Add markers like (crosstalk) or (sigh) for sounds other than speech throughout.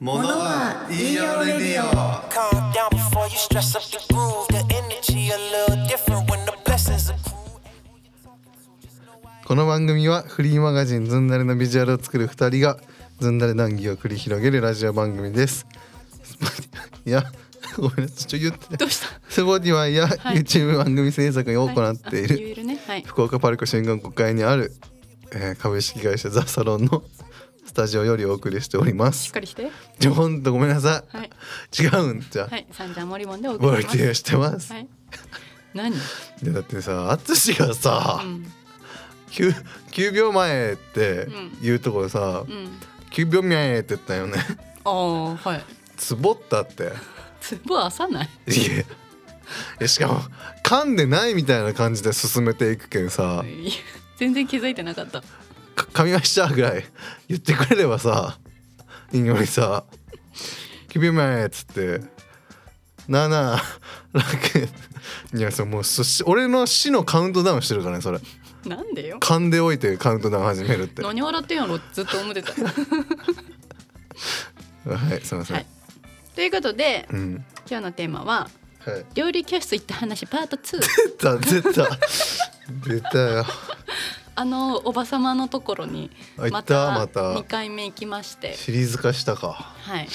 ものは言いようレディオ Calm down before you stress up the groove. The energy a little different when the blessings accrue. この番組はフリーマガジンズンダレのビジュアルを作る2人がズンダレ談義を繰り広げるラジオ番組です。 (laughs) いや、ごめんなさい、ちょっと言って。どうしたスポティファイやはい YouTube 番組制作を行っている、はいあ言えるねはい福岡パルコ新館国会にある、えー株式会社ザ・サロンのスタジオよりお送りしておりましっす。かりしてちょほんとごめんなさい。はい違うんじゃあ、はいサンジャーモリモンでおご送り提供しますしてます。はい何でだってさ、淳がさ、うん九 9, 秒前ってん言うところさ、うん9秒前って言ったよね (laughs) ああはいつぼったってつぶあさない (laughs) いえいやしかも噛んでないみたいな感じで進めていくけんさいや全然気づいてなかった「か噛みました」ぐらい言ってくれればさいいのにさ「9秒前」っつって「7」楽いやそうもうすし俺の死のカウントダウンしてるからねそれなんでよ噛んでおいてカウントダウン始めるっては何笑ってんやろずっと思 (laughs) ってたいすいません、はいということでうん今日のテーマははい料理教室行った話パート2 (laughs) 出た出た出たよあのおばさまのところにあ行まったたまた2回目行きましてシリーズ化したかはい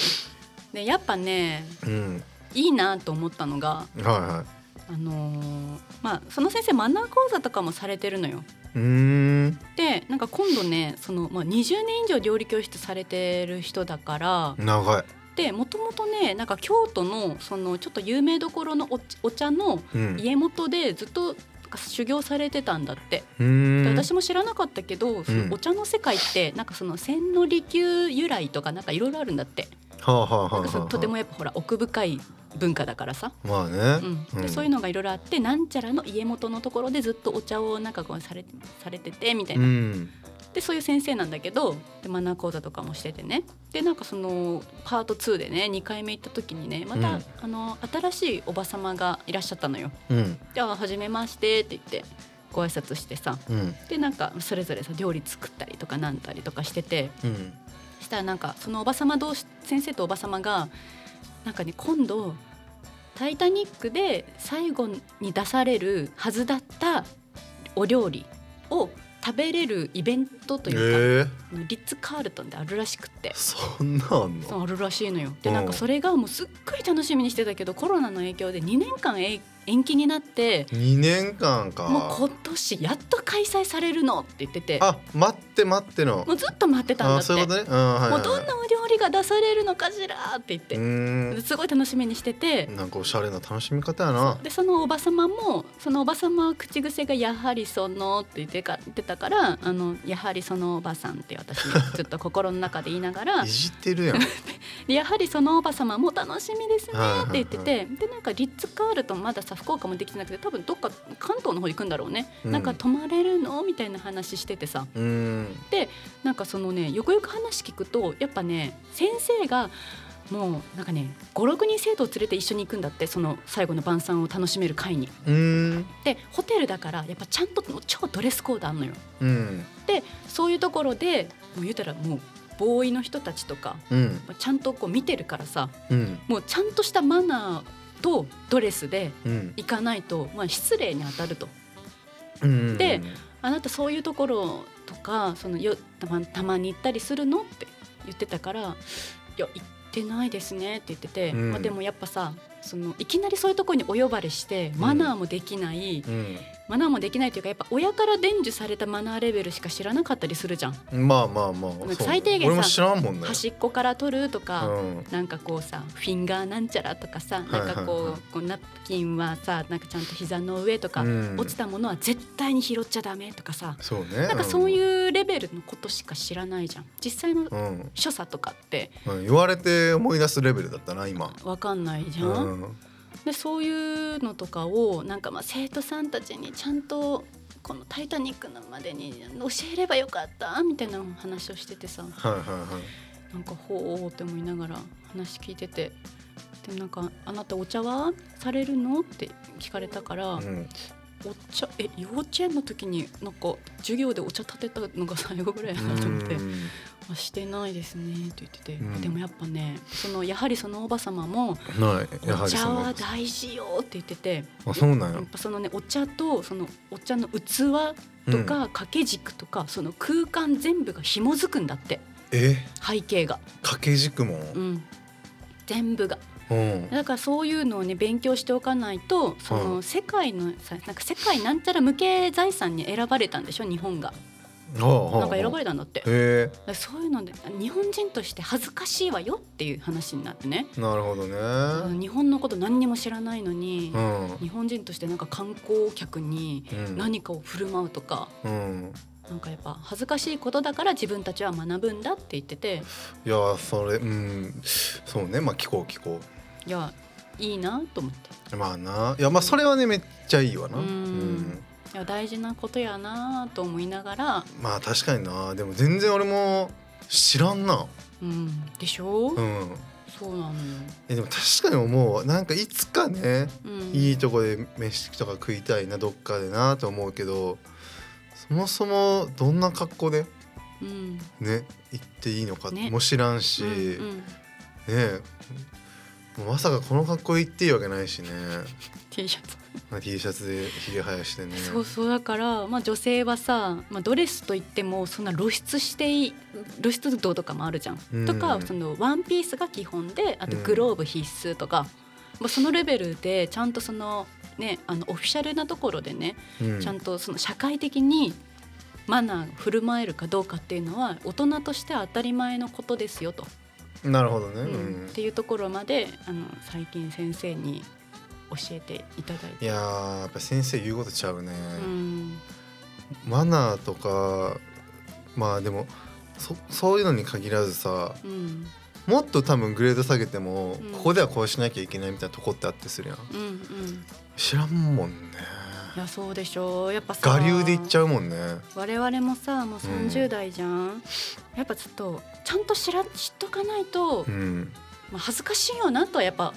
でやっぱねうんいいなと思ったのがはいはあのーまあその先生マナー講座とかもされてるのよ。いうーんでなんか今度ねその、まあ、20年以上料理教室されてる人だから長いでもともとねなんか京都のそのちょっと有名どころのおお茶のうん家元でずっとなんか修行されてたんだって。うーんで私も知らなかったけど、そうんのお茶の世界ってなんかその千利休由来とかなんかいろいろあるんだって。はあはあはあなんはかそあのとてもやっぱほら奥深い文化だからさ。まあね、うん、でそういうののがいろいろあってなんちゃらの家元のところでずっとお茶をなんかこうされされててみたいうな、んでそういう先生なんだけどでマナー講座とかもしててねでなんかそのパート2でね2回目行った時にねまた、うんあの新しいおばさまがいらっしゃったのよ。うんで「あはじめまして」って言ってご挨拶してさうんでなんかそれぞれさ料理作ったりとかなんたりとかしててうんしたらなんかそのおばさま同士先生とおばさまがなんかね今度「タイタニック」で最後に出されるはずだったお料理を食べれるイベントとええいうか、ー、リッツ・カールトンであるらしくって。そんなんあんそのうあるらしいのよでうんなんかそれがもうすっごい楽しみにしてたけどコロナの影響で2年間え延期になって二年間かもう今年やっと開催されるのって言っててあ待って待ってのもうずっと待ってたんだあってそういうことねうんはいはい、もはうい、どんなお料理が出されるのかしらって言って、うーすごい楽しみにしててんなんかおしゃれな楽しみ方やなでそのおばさまもそのおばさまは口癖が「やはりその」って言ってか言ってたから「あのやはりそのおばさん」って私ずっと心の中で言いながらいじって (laughs) るやん「でやはりそのおばさまも楽しみですね」って言ってはいてでなんかリッツ・カールトンまださ福岡もできてなくて多分どっか関東の方行くんだろうね、うんなんか泊まれるのみたいな話しててさうーんなんかそのねよくよく話聞くとやっぱね先生がもうなんかね56人生徒を連れて一緒に行くんだってその最後の晩餐を楽しめる会に。うーんでホテルだからやっぱちゃんと超ドレスコードあんのよ。うんでそういうところでもう言うたらもうボーイの人たちとかうんちゃんとこう見てるからさうんもうちゃんとしたマナーとドレスでうん行かないと、まあ、失礼に当たると。うんであなたそういうところとかそのよたまたまに行ったりするのって言ってたから「いや行ってないですね」って言ってて、うんまあ、でもやっぱさそのいきなりそういうところにお呼ばれしてマナーもできない、うんマナーもできないというかやっぱ親から伝授されたマナーレベルしか知らなかったりするじゃん。まあまあまあそうね最低限さ俺も知らんもんね端っこから取るとうか、んなんかこうさフィンガーなんちゃらとかさ、はいはいはいなんかこうこうナプキンはさなんかちゃんと膝の上とか、うん落ちたものは絶対に拾っちゃダメとかさ、そうねなんかそうういうレベルのことしか知らないじゃん実際のん、うん所作とかってうん言われて思い出すレベルだったな今わかんないじゃ、うんんでそういうのとかをなんかまあ生徒さんたちにちゃんとこの「タイタニック」のまでに教えればよかったみたいなお話をしててさはいはいはいなんかほうって思いながら話聞いてて。でもなんか「あなたお茶はされるの?」って聞かれたから、うんお茶え幼稚園の時になんか授業でお茶立てたのが最後ぐらいだなと思ってうんあしてないですねって言ってて、うんでもやっぱねそのやはりそのおば様もないやはおり茶そはの大事よって言っててあそうなんややっぱそのねお茶とそのお茶の器とか掛け軸とか、その空間全部が紐づくんだってえ背景が、掛け軸もうん、全部がうんだからそういうのをね勉強しておかないとその世界のさなんか世界なんちゃら無形財産に選ばれたんでしょ日本がななんか選ばれれたんだってだかへらそういうので日本人として恥ずかしいわよっていう話になってねえなるほどうんね日本のこと何にも知らないのにうん日本人としてなんか観光客にうん何かを振る舞うとかうんなんかやっぱ恥ずかしいことだから自分たちは学ぶんだって言ってていやそれうんそうねまあ聞こう聞こいやいいなと思ってうまあないやまあそれはねめっちゃいいわなううんんいや大事なことやなと思いながら、まあ確かになでも全然俺も知らんなうん、でしょ、うんそうなのよ、えでも確かに思うわなんかいつかねうん、いいとこで飯とか食いたいなどっかでなと思うけどそもそもどんな格好でうんね行っていいのかねも知らんし、うんねうんもうまさかこの格好で行っていいわけないしね、 T シャツ、まあ、T シャツでひげ生やしてねそうそうだから、まあ、女性はさ、まあ、ドレスといってもそんな露出していい露出度とかもあるじゃん、うんとかそのワンピースが基本であとうんグローブ必須とか、まあ、そのレベルでちゃんとその,、ね、あのオフィシャルなところでね、うんちゃんとその社会的にマナー振る舞えるかどうかっていうのは大人としては当たり前のことですよと。なるほどね、うんうんっていうところまであの最近先生に教えていただいいて。やーやっぱ先生言うことちゃうね、うんマナーとかまあでもそそういうのに限らずさうんもっと多分グレード下げても、うんここではこうしなきゃいけないみたいなとこってあってするやんうんうん知らんもんねいやそうでしょうやっぱさ我流でいっちゃうもんね我々もさもううん30代じゃん、やっぱちょっとちゃんと知ら知っとかないと、うんまあ、恥ずかしいよなとはやっぱ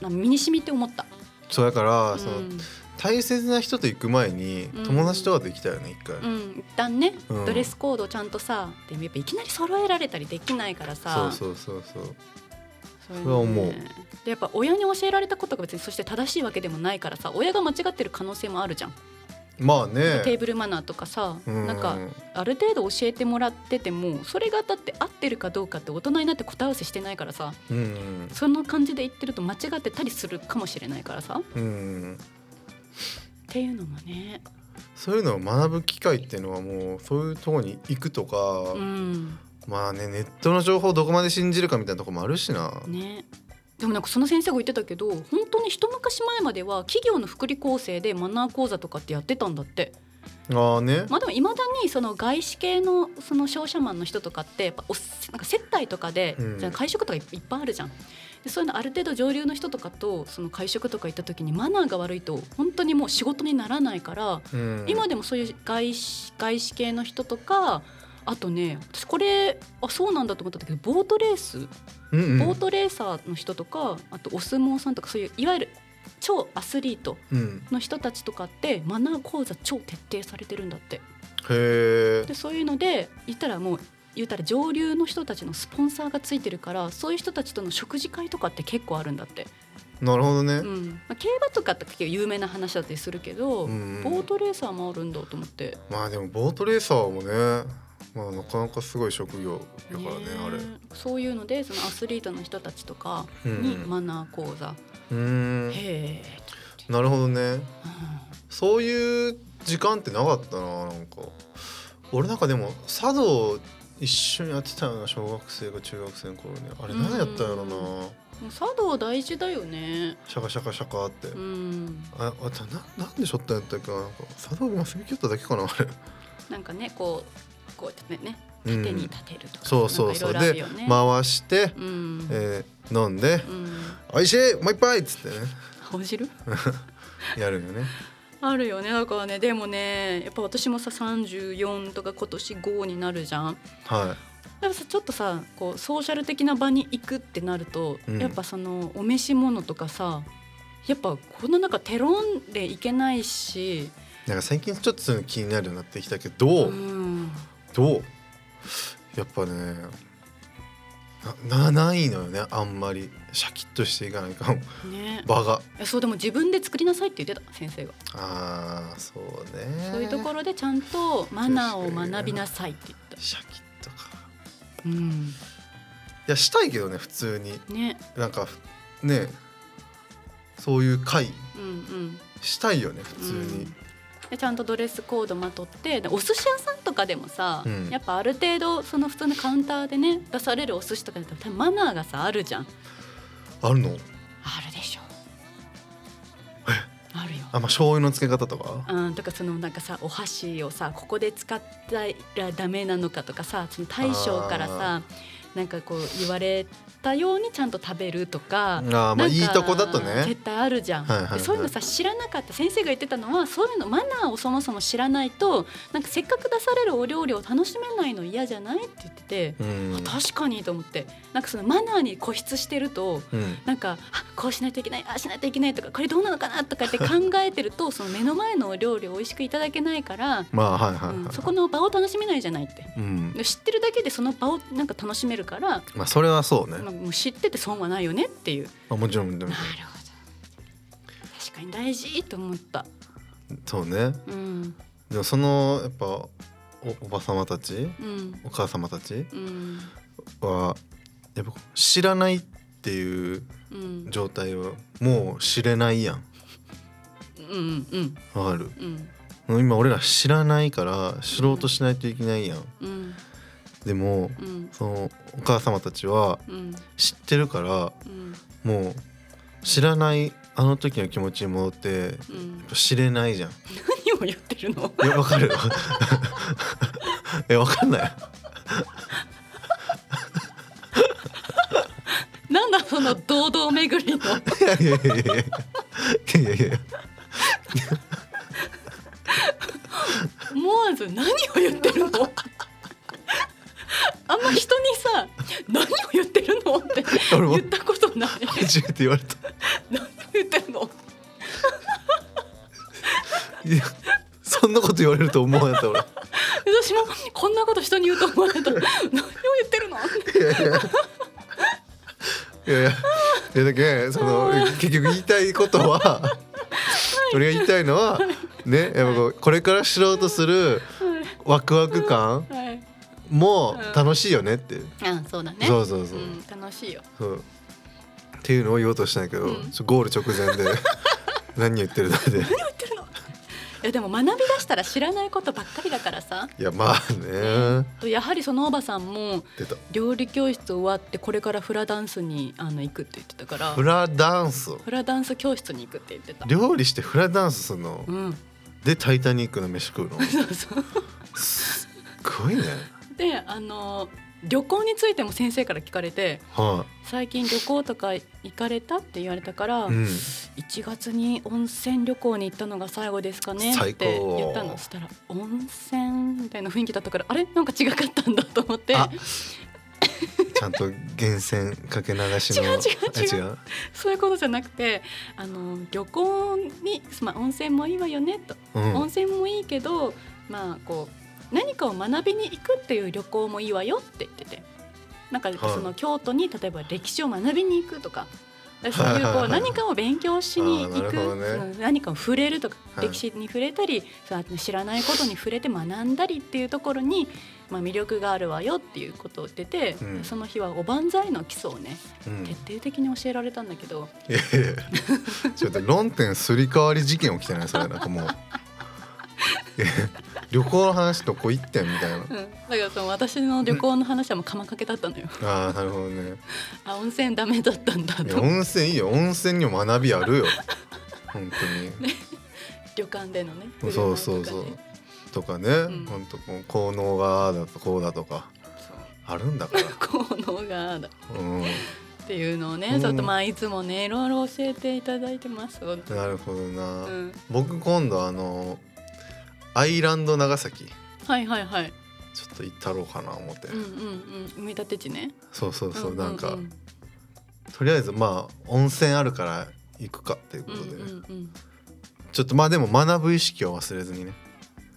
な身に染みて思ったそうだから、そのうん大切な人と行く前にうん友達とはできたよね一回、うん一旦ね、うんドレスコードをちゃんとさでもやっぱいきなり揃えられたりできないからさそうそうそうそうそういうそれはのね思うでやっぱ親に教えられたことが別にそして正しいわけでもないからさ親が間違ってる可能性もあるじゃん、まあねテーブルマナーとかさ、うんなんかある程度教えてもらっててもそれがだって合ってるかどうかって大人になって答え合わせしてないからさうんその感じで言ってると間違ってたりするかもしれないからさっうん、うん、ていうのもねそういうのを学ぶ機会っていうのはもうそういうとこに行くとか、うんまあねネットの情報をどこまで信じるかみたいなとこもあるしな、ねでもなんかその先生が言ってたけど本当に一昔前までは企業の福利厚生でマナー講座とかってやってたんだってああね、まあでもいまだにその外資系のその商社マンの人とかってやっぱおっなんか接待とかで、うんじゃあ会食とかいっぱいあるじゃんでそういうのある程度上流の人とかとその会食とか行った時にマナーが悪いと本当にもう仕事にならないから、うん、今でもそういう外資外資系の人とかあとね私これあそうなんだと思ったんだけどボートレースうんうん、ボートレーサーの人とかあとお相撲さんとかそういういわゆる超アスリートうん、の人たちとかってマナー講座超徹底されてるんだって。へえでそういうので言ったらもう言ったら上流の人たちのスポンサーがついてるからそういう人たちとの食事会とかって結構あるんだって、なるほどね、うんまあ、競馬とかって結構有名な話だったりするけど、うんボートレーサーもあるんだと思って。まあでもボートレーサーもね、まあ、なかなかすごい職業だからねねあれそういうのでそのアスリートの人たちとかにうんマナー講座、うーんへえ、なるほどねうそういう時間ってなかったななんか俺なんかでも茶道一緒にやってたような小学生か中学生の頃にあれ何やったんやろなもう茶道大事だよねシャカシャカシャカってうんああとななんでしょったんやったっけななんか茶道部が滑り切っただけかなあれなんかねこうこうやってねうん手に立てるとか、そうそうそうなんかいでろいろあるよね回してう、ん、えー飲んでうん「おいしいもう一杯!」っつってね青汁やるよねあるよねだからねでもねやっぱ私もさ34とか今年5になるじゃんやっはいぱさちょっとさこうソーシャル的な場に行くってなると、うんやっぱそのお召し物とかさやっぱこんな中テロンでいけないし、なんか最近ちょっとそういうの気になるようになってきたけど、うんどうやっぱねななないのよねあんまりシャキッとしていかないかも (laughs) ね場がいやそうでも自分で作りなさいって言ってた先生があーそうねそういうところでちゃんとマナーを学びなさいって言っシャキッとかた、うん、いやしたいけどね普通にねなんかねそういう会うんうんしたいよね普通うにん、でちゃんとドレスコードまとってでお寿司屋さんとかでもさ、うんやっぱある程度その普通のカウンターでね出されるお寿司とかだと多分マナーがさあるじゃんあるのあるでしょあるよあんまあ醤油のつけ方とかうん、とかそのなんかさお箸をさここで使ったらダメなのかとかさその大将からさなんかこう言われたようにちゃんと食べるとかあーまあなんかいいとこだとね絶対あるじゃん、はいはいはいでそういうのさ知らなかった先生が言ってたのはそういうのマナーをそもそも知らないとなんかせっかく出されるお料理を楽しめないの嫌じゃないって言ってて、うんあ確かにと思ってなんかそのマナーに固執してるとうんなんかあこうしないといけないああしないといけないとかこれどうなのかなとかって考えてるとその目の前のお料理を美味しくいただけないから、まあはいはい、うはいんそこの場を楽しめないじゃないってうんで知ってるだけでその場をなんか楽しめるから、まあそれはそうね、まあ、もう知ってて損はないよねっていうまあ、もちろんでもなるほど確かに大事と思った、そうねうんでもそのやっぱおおば様たちうんお母様たちうんはやっぱ知らないっていううん状態をもう知れないやんうんうんわかるうん今俺ら知らないから知ろうとしないといけないやんうんでもうんそのお母様たちはうん知ってるからうんもう知らないあの時の気持ちに戻ってやうんっぱ知れないじゃん何を言ってるのいやわかるえわかんないなんだその堂々巡りのいやいやいやいやいやいやいやいや思わず何を言ってるの (laughs) あんま人にさ何を言ってるのって俺も言ったことない初めて言われた何を言ってるのいやそんなこと言われると思わなかった俺私もこんなこと人に言うと思われた何を言ってるのいやいやいやいやいやだけその結局言いたいことは俺が言いたいのはねやっぱこうこれから知ろうとするワクワク感はいも楽しいよねっていうあそうだね、そうそうそうん楽しいよそうっていうのを言おうとしたんやけど、うんちょゴール直前 (laughs) で何言ってるだってい何を言ってるのいやでも学び出したら知らないことばっかりだからさやまあねとやはりそのおばさんも出た料理教室終わってこれからフラダンスにあの行くって言ってたからフラダンスフラダンス教室に行くって言ってた料理してフラダンスするの、うんで「タイタニック」の飯食うのそうそうすっごいねであの旅行についても先生から聞かれては「最近旅行とか行かれた?」って言われたからい、「うん1月に温泉旅行に行ったのが最後ですかね」っ最て高言ったのそしたら「温泉」みたいな雰囲気だったからあれなんか違かったんだと思ってあちゃんと源泉かけ流しの違う違う違うあ違うそういうことじゃなくてあの旅行に、まあ、温泉もいいわよねと、うん温泉もいいけどまあこう何かを学びに行くっていう旅行もいいわよって言っててなんかはいその京都に例えば歴史を学びに行くとか。そういうはいはいこはうい何かを勉強しにあー行なく、るほどねその何かを触れるとか、はい歴史に触れたりそう知らないことに触れて学んだりっていうところに、まあ、魅力があるわよっていうことを言ってて、うんその日はおばんざいの基礎をねうん徹底的に教えられたんだけどいやいやいやちょっと論点すり替わり事件起きてないそれなんか (laughs) もういや旅行の話とこう一点みたいなうん、だからその私の旅行の話はもう釜かけだったのよ。あーなるほどねあ温泉ダメだったんだいやと温泉いいよ温泉にも学びあるよ本当に旅館でのね。そうそうそう車とかねとかね、んほんとこう効能がああだとこうだとかあるんだから効能があるうんっていうのをね、うんちょっとまあいつもねいろいろ教えていただいてます。本当になるほどな、うん僕今度あのアイランド長崎ちはいはいはい。ょっと行ったろうかな思って、うんうんうん。埋め立て地ね。そうそうそう,、んなんか、うんとりあえずまあ温泉あるから行くかっていうこうんとで、うんうん。ちょっとまあでも学ぶ意識を忘れずにね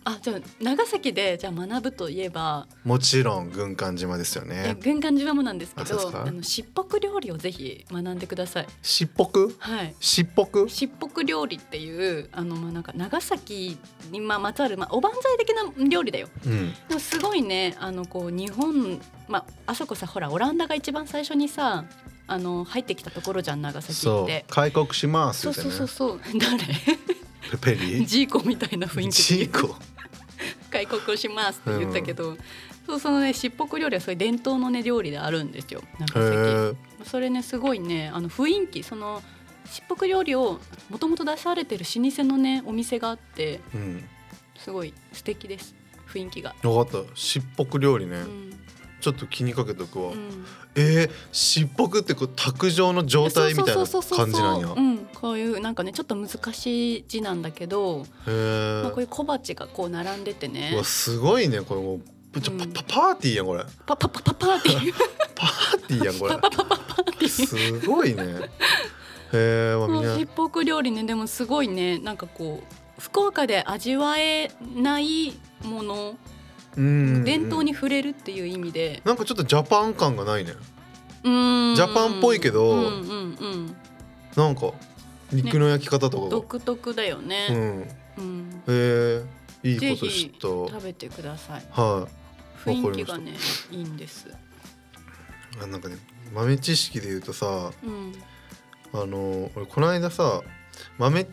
あじゃあ長崎でじゃあ学ぶといえば、もちろん軍艦島ですよいやね軍艦島もなんですけあそうですどかあのしっぽく料理をぜひ学んでください。しっぽくはいしっぽくしっぽく料理っていうあの、まあ、なんか長崎に、まあ、まつわる、まあ、おばんざい的な料理だようんでもすごいねあのこう日本、まあ、あそこさほらオランダが一番最初にさあの入ってきたところじゃん長崎っそてう開国しますそっうてそうねそうそう誰ペ (laughs) リージーコみたいな雰囲気ジでーコ開国をしますって言ったけど、そうそのねしっぽく料理はそういう伝統のね料理であるんですよへ長崎。ーそれねすごいねあの雰囲気そのしっぽく料理をもともと出されてる老舗のねお店があってうんすごい素敵です雰囲気が。分かったしっぽく料理ね、うんちょっと気にかけとくわ、うんえー、しっぽくってこう卓上の状態みたいなそうそうそう感そうじなんや、うん、こういうなんかねちょっと難しい字なんだけど、へまあ、ーこういう小鉢がこう並んでてねうわすごいねこれもうちょうんパパパーティーやんこれパパパパパっていうパーティーやん (laughs) これすごいねへえ、まあ、みんなそうしっぽく料理ねでもすごいねなんかこう福岡で味わえないもの、うんうんうん伝統に触れるっていう意味でなんかちょっとジャパン感がないねジャャパンっぽいけどうんうんうん、なんか肉の焼き方とかが、独特だようね、んへうんえいいぜことひ知った食べてくださいはい雰囲気がねいいんです、あなんかね豆知識で言うとさうん、あの俺この間さ豆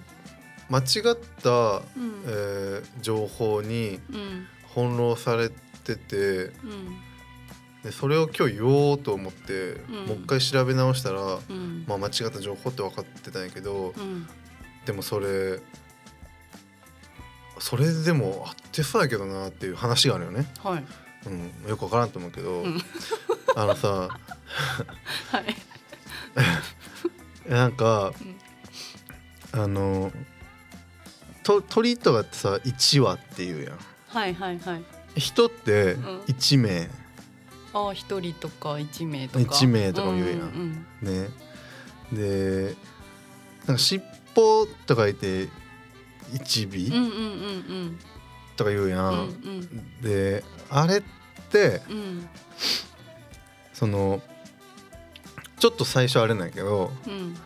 間違った、うんえー情報にうん翻弄されててうんでそれを今日言おうと思って、んもう一回調べ直したら、うんまあ、間違った情報って分かってたんやけど、うんでもそれそれでもあってそうやけどなっていう話があるよね、はいうん、よく分からんと思うけど、んあのさはいなんか、あのと鳥とかってさ1羽っていうやんはいはいはい人ってん1名、ああ一人とか一名とか一名とかも言うやんんねでなんか尻尾とか言って1うんう尾んうんとか言うやうんうんん、うんであれってうんそのちょっと最初あれなんやけどうん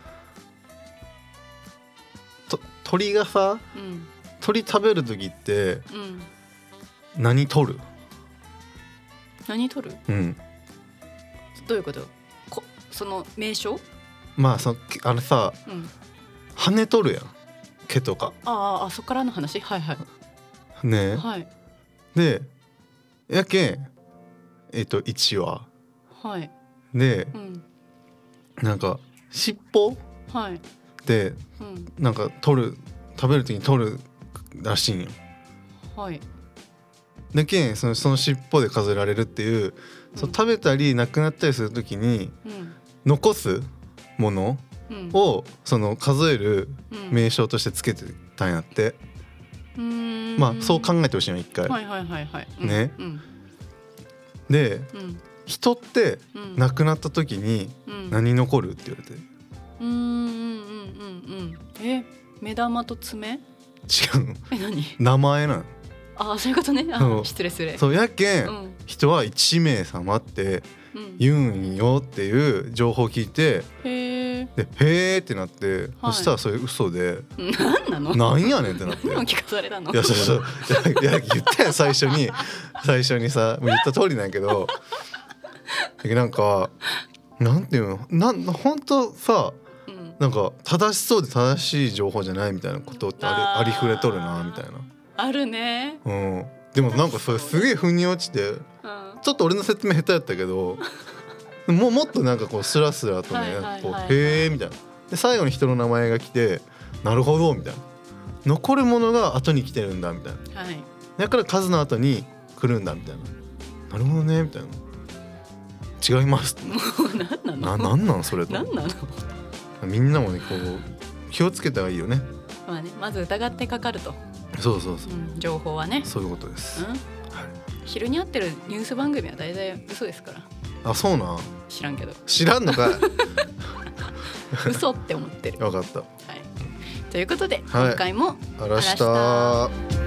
と鳥がさうん鳥食べる時ってうん何取る、何取るうん、どういうことこその名称まあそのあれさうん羽取るやん毛とかあーあそっからの話はいはいねはいでやけんえっと1羽はいでうんなんか尻尾っはいてうんなんか取る食べる時に取るらしいんよはいだけんそのその尻尾で数えられるっていう、そう食べたりなくなったりする時にうん残すものうんをその数えるうん名称としてつけてたんやって、うーんまあそう考えてほしいの一回、はいはいはいはいうんねうんでうん人ってうん亡くなった時にうん何残るって言われてうんうんうんうんうんえ目玉と違爪うのえ何名前なんああそういうことねあそう失礼失礼そうやけん、うん人は1名様ってうん言うんよっていう情報を聞いてへえで「へーってなって、はそいしたらそれ嘘で何な「のなんやねん」って (laughs) なって。何を聞かされたのいやそうそういやいや言ったやん最初に最初にさもう言った通りなんやけどなんかなんていうのなん本当さうんなんか正しそうで正しい情報じゃないみたいなことってああーりありふれとるなみたいな、あるねうん、でもなんかそれすげえ腑に落ちてうんちょっと俺の説明下手やったけ (laughs) どもうもっとなんかこうスラスラとねはいはいはいこうへえみたいなで最後に人の名前が来てなるほどみたいな残るものが後に来てるんだみたいなはいだから数の後に来るんだみたいななるほどねみたいな違います何ななのなんなんそれと何なのみんなもねこう気をつけた方がいいよねまあねまず疑ってかかるとそうそうそううん情報はねそういうことです、うん昼に合ってるニュース番組は大体嘘ですからあそうなん知らん (laughs) けど知らんのかい (laughs) 嘘って思ってる。わかったはい、ということで、はい今回もあらしあたらした